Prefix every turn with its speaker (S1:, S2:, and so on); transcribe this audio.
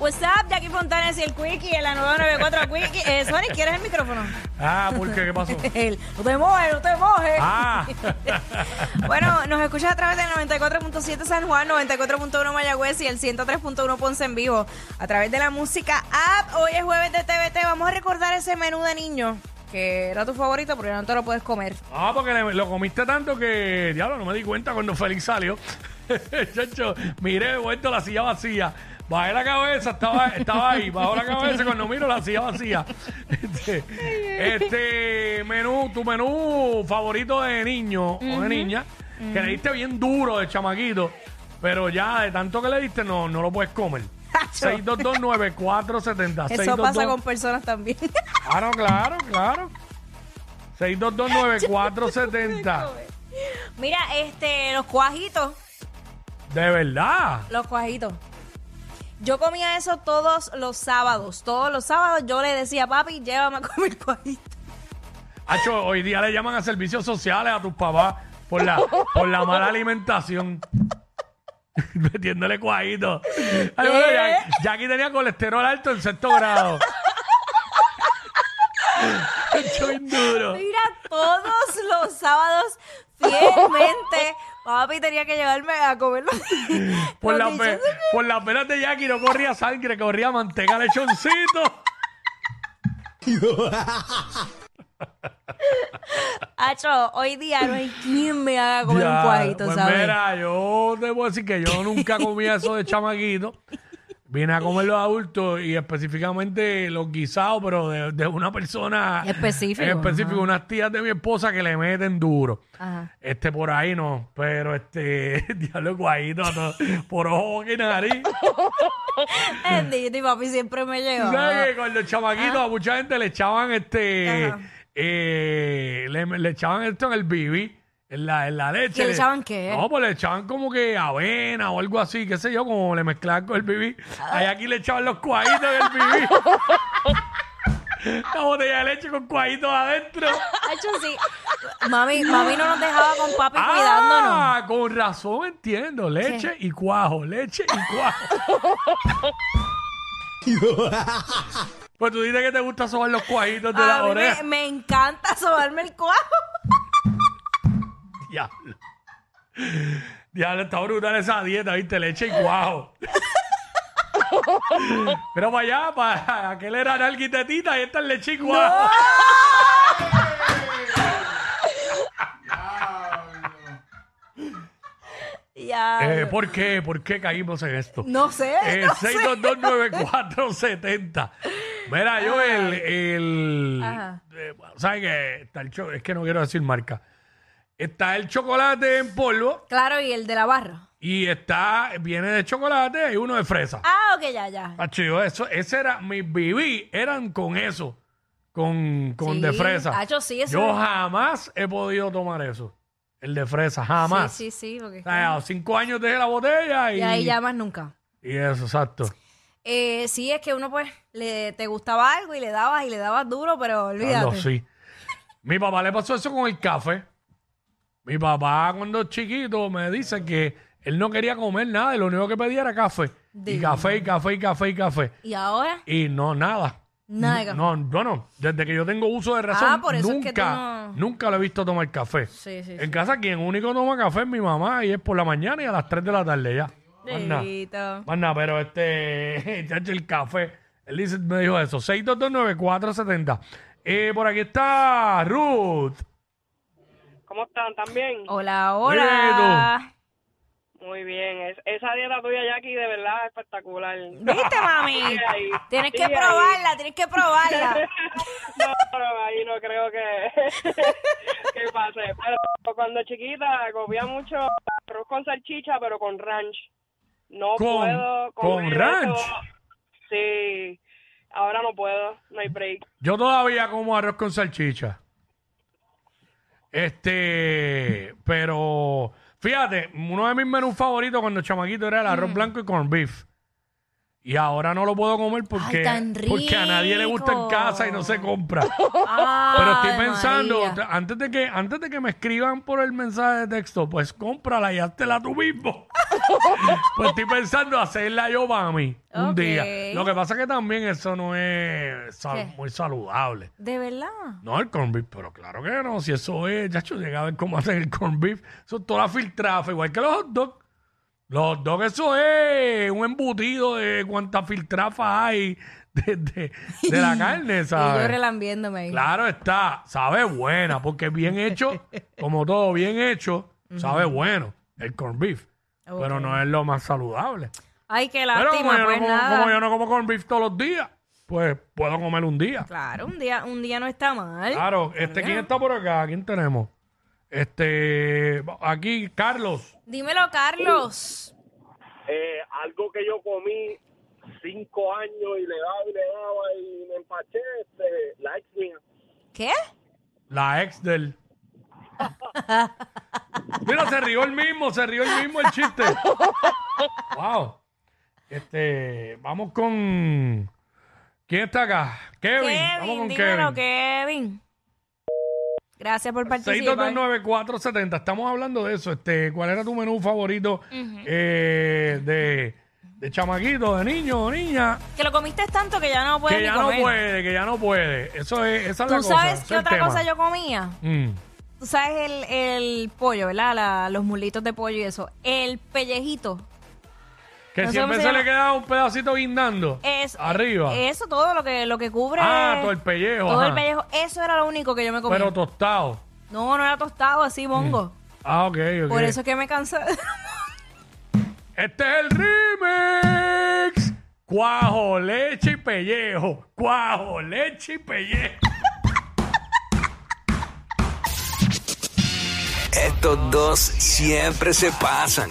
S1: What's up, Jackie Fontanes y el Quickie en la 994 Quickie. Eh, Sonic, ¿quieres el micrófono?
S2: Ah, ¿por qué? ¿Qué pasó?
S1: El, no te mojes, no te mojes.
S2: Ah.
S1: Bueno, nos escuchas a través del 94.7 San Juan, 94.1 Mayagüez y el 103.1 Ponce en vivo. A través de la música app, hoy es jueves de TVT. Vamos a recordar ese menú de niño que era tu favorito, pero ya no te lo puedes comer.
S2: Ah, porque le- lo comiste tanto que, diablo, no me di cuenta cuando Félix salió. Chacho, miré de vuelta la silla vacía. Bajé la cabeza, estaba, estaba ahí, bajó la cabeza y cuando miro la silla vacía. Este, este menú, tu menú favorito de niño o de niña, que le diste bien duro de chamaquito, pero ya de tanto que le diste no, no lo puedes comer.
S1: Chacho.
S2: 6229470.
S1: Eso pasa
S2: 622.
S1: con personas también.
S2: Claro, claro, claro. 6229470.
S1: Mira, este, los cuajitos.
S2: De verdad.
S1: Los cuajitos. Yo comía eso todos los sábados. Todos los sábados yo le decía, papi, llévame a comer cuajito.
S2: Hacho, hoy día le llaman a servicios sociales a tus papás por la, por la mala alimentación. Metiéndole cuajito. Ay, bueno, ya, Jackie tenía colesterol alto en sexto grado. Hecho bien duro.
S1: Mira, todos los sábados, fielmente, papi tenía que llevarme a comer los,
S2: Por,
S1: los
S2: las ve-
S1: dichosos-
S2: por las venas de Jackie no corría sangre, corría manteca, lechoncito.
S1: Acho, hoy día no hay quien me haga comer
S2: Ya,
S1: un cuajito,
S2: pues
S1: ¿sabes?
S2: Mira, yo te puedo decir que yo nunca comía eso de chamaquito. Vine a comer los adultos y específicamente los guisados, pero de, de una persona
S1: Específico,
S2: en específico,
S1: ajá.
S2: unas tías de mi esposa que le meten duro.
S1: Ajá.
S2: Este por ahí no, pero este, diablo guayito, a todo- por ojo que nariz.
S1: Bendito, y papi siempre me
S2: Tú
S1: llevaba.
S2: ¿Sabes que cuando el chamaquito a mucha gente le echaban este,
S1: Ah. Ajá.
S2: eh, le, le echaban esto en el bibi, en la, en la leche.
S1: ¿Y le echaban qué?
S2: No, pues le echaban como que avena o algo así, qué sé yo, como le mezclaban con el bibi. Ahí aquí le echaban los cuajitos en el bibi. la botella de leche con cuajitos adentro.
S1: Acho, sí. Mami, mami no nos dejaba con papi pues, cuidándonos.
S2: Ah, con razón entiendo, leche y cuajo, leche y cuajo. pues tú dices que te gusta sobar los cuajitos de
S1: A
S2: la
S1: mí
S2: oreja.
S1: me, me encanta sobarme el cuajo.
S2: Diablo. Diablo, está brutal esa dieta, ¿viste? Leche y cuajo. Pero para allá, para aquel era nalguitetita y esta es leche y cuajo.
S1: Ya.
S2: Eh, ¿Por qué? ¿Por qué caímos en esto?
S1: no sé.
S2: Eh,
S1: no sé.
S2: 6229470. Mira, yo el. el
S1: Ajá.
S2: eh, ¿Sabes qué? Está el cho- es que no quiero decir marca. Está el chocolate en polvo
S1: Claro, y el de la barra.
S2: y está. Viene de chocolate y uno de fresa.
S1: Ah, ok, ya, ya.
S2: Pacho, yo eso, ese era, mis BB eran con eso, con, con
S1: Sí,
S2: de fresa.
S1: acho, sí, eso
S2: yo
S1: es-
S2: jamás he podido tomar eso, el de fresa, jamás.
S1: Sí, sí, sí. Porque...
S2: O sea, a los cinco años dejé la botella y,
S1: Y ahí ya más nunca.
S2: y eso, exacto.
S1: Eh, sí, es que uno pues le, te gustaba algo y le dabas y le dabas duro, pero
S2: Carlos,
S1: olvídate.
S2: sí. Mi papá le pasó eso con el café. Mi papá cuando chiquito me dice que él no quería comer nada y lo único que pedía era café. Y
S1: Dios.
S2: café, y café, y café, y café.
S1: Y ahora,
S2: Y no, nada.
S1: nada. de café.
S2: No, bueno, desde que yo tengo uso de razón,
S1: Ah, por eso es que
S2: nunca,
S1: tú no-
S2: nunca lo he visto tomar café.
S1: Sí, sí,
S2: En casa quien único toma café es mi mamá y es por la mañana y a las 3 de la tarde ya. Más nada,
S1: Dito.
S2: más nada, pero este, chacho, el café, él dice- me dijo eso, 6229470. Eh, por aquí está Ruth.
S3: ¿Cómo están? ¿También?
S1: Oh. Hola,
S2: Mira,
S1: hola.
S3: Muy bien. Es- esa dieta tuya, Jackie, de verdad es espectacular.
S1: ¿Viste, mami?
S3: Sigue ahí,
S1: Tienes que
S3: sigue ahí.
S1: probarla, tienes que probarla.
S3: No, no, ahí no creo que, que pase. Pero cuando chiquita comía mucho arroz con salchicha, pero con ranch. No
S2: Con-
S3: puedo
S2: con
S3: comer
S2: ranch.
S3: eso. Sí. Ahora no puedo. No hay break.
S2: Yo todavía como arroz con salchicha. Este, pero
S4: Mm.
S2: fíjate, uno de mis menús favoritos cuando chamaquito era el arroz blanco y corn beef. Y ahora no lo puedo comer porque,
S4: Ay, tan
S2: porque a nadie le gusta en
S4: rico.
S2: casa y no se compra. Pero
S4: Ay,
S2: estoy pensando,
S4: María.
S2: t- antes de que antes de que me escriban por el mensaje de texto, pues cómprala y háztela tú mismo. pues estoy pensando hacerla yo para mí un
S1: Ok.
S2: día. Lo que pasa es que también eso no es sal-
S4: ¿Qué?
S2: muy saludable.
S1: ¿De verdad?
S2: No, el corn beef, pero claro que no. Si eso es, ya yo llegaba a ver cómo hacen el corn beef. Eso es toda filtrada, fue igual que los hot dogs. Los hot dogs, eso es un embutido de cuánta filtrafa hay de, de- de la carne,
S1: Y yo
S2: ¿sabes?
S1: relambiéndome ahí.
S2: Claro está, sabe buena, porque bien hecho, como todo bien hecho, sabe bueno el corn beef.
S1: Ok.
S2: Pero no es lo más saludable.
S1: Ay, qué
S2: Pero
S1: lástima,
S2: como yo,
S1: pues
S2: no como,
S1: nada.
S2: como yo no como corn beef todos los días, pues puedo comer un día.
S1: Claro, un día, un día no está mal.
S2: Claro, este, ¿quién está por acá? ¿Quién tenemos? Este, aquí, Carlos.
S1: Dímelo, Carlos.
S5: Eh, algo que yo comí cinco años y le daba y le daba y me empaché, este, la ex mía.
S1: ¿Qué?
S2: La ex del. Mira, se rió el mismo, se rió el mismo el chiste. wow. Este, vamos con. ¿Quién está acá? Kevin. vamos
S1: Kevin,
S2: con
S1: dímelo,
S2: Kevin.
S1: Kevin. Gracias por participar.
S2: 6229470. Estamos hablando de eso. Este, ¿cuál era tu menú favorito eh, de, de chamaquito, de niño o niña?
S1: Que lo comiste tanto que ya no puedes
S2: que ya
S1: ni comer.
S2: no puede, que ya no puede. Eso es, esa es la
S1: ¿Tú
S2: cosa.
S1: sabes
S2: ese
S1: qué
S2: es el
S1: otra
S2: tema.
S1: cosa yo comía?
S2: Mm.
S1: Tú sabes el, el pollo, ¿verdad? La- los mulitos de pollo y eso. El pellejito.
S2: Que
S1: No sé
S2: siempre
S1: cómo
S2: se,
S1: se
S2: le
S1: llama.
S2: queda un pedacito guindando.
S1: Es,
S2: Arriba.
S1: Eso, todo lo que, lo que cubre.
S2: Ah, todo el pellejo,
S1: Todo
S2: ajá.
S1: el pellejo. Eso era lo único que yo me comía.
S2: pero tostado.
S1: no, no era tostado, así, mongo.
S2: Ah, ok, ok.
S1: Por eso es que me cansé.
S2: Este es el remix. Cuajo, leche y pellejo. Cuajo, leche y pellejo.
S6: Estos dos siempre se pasan.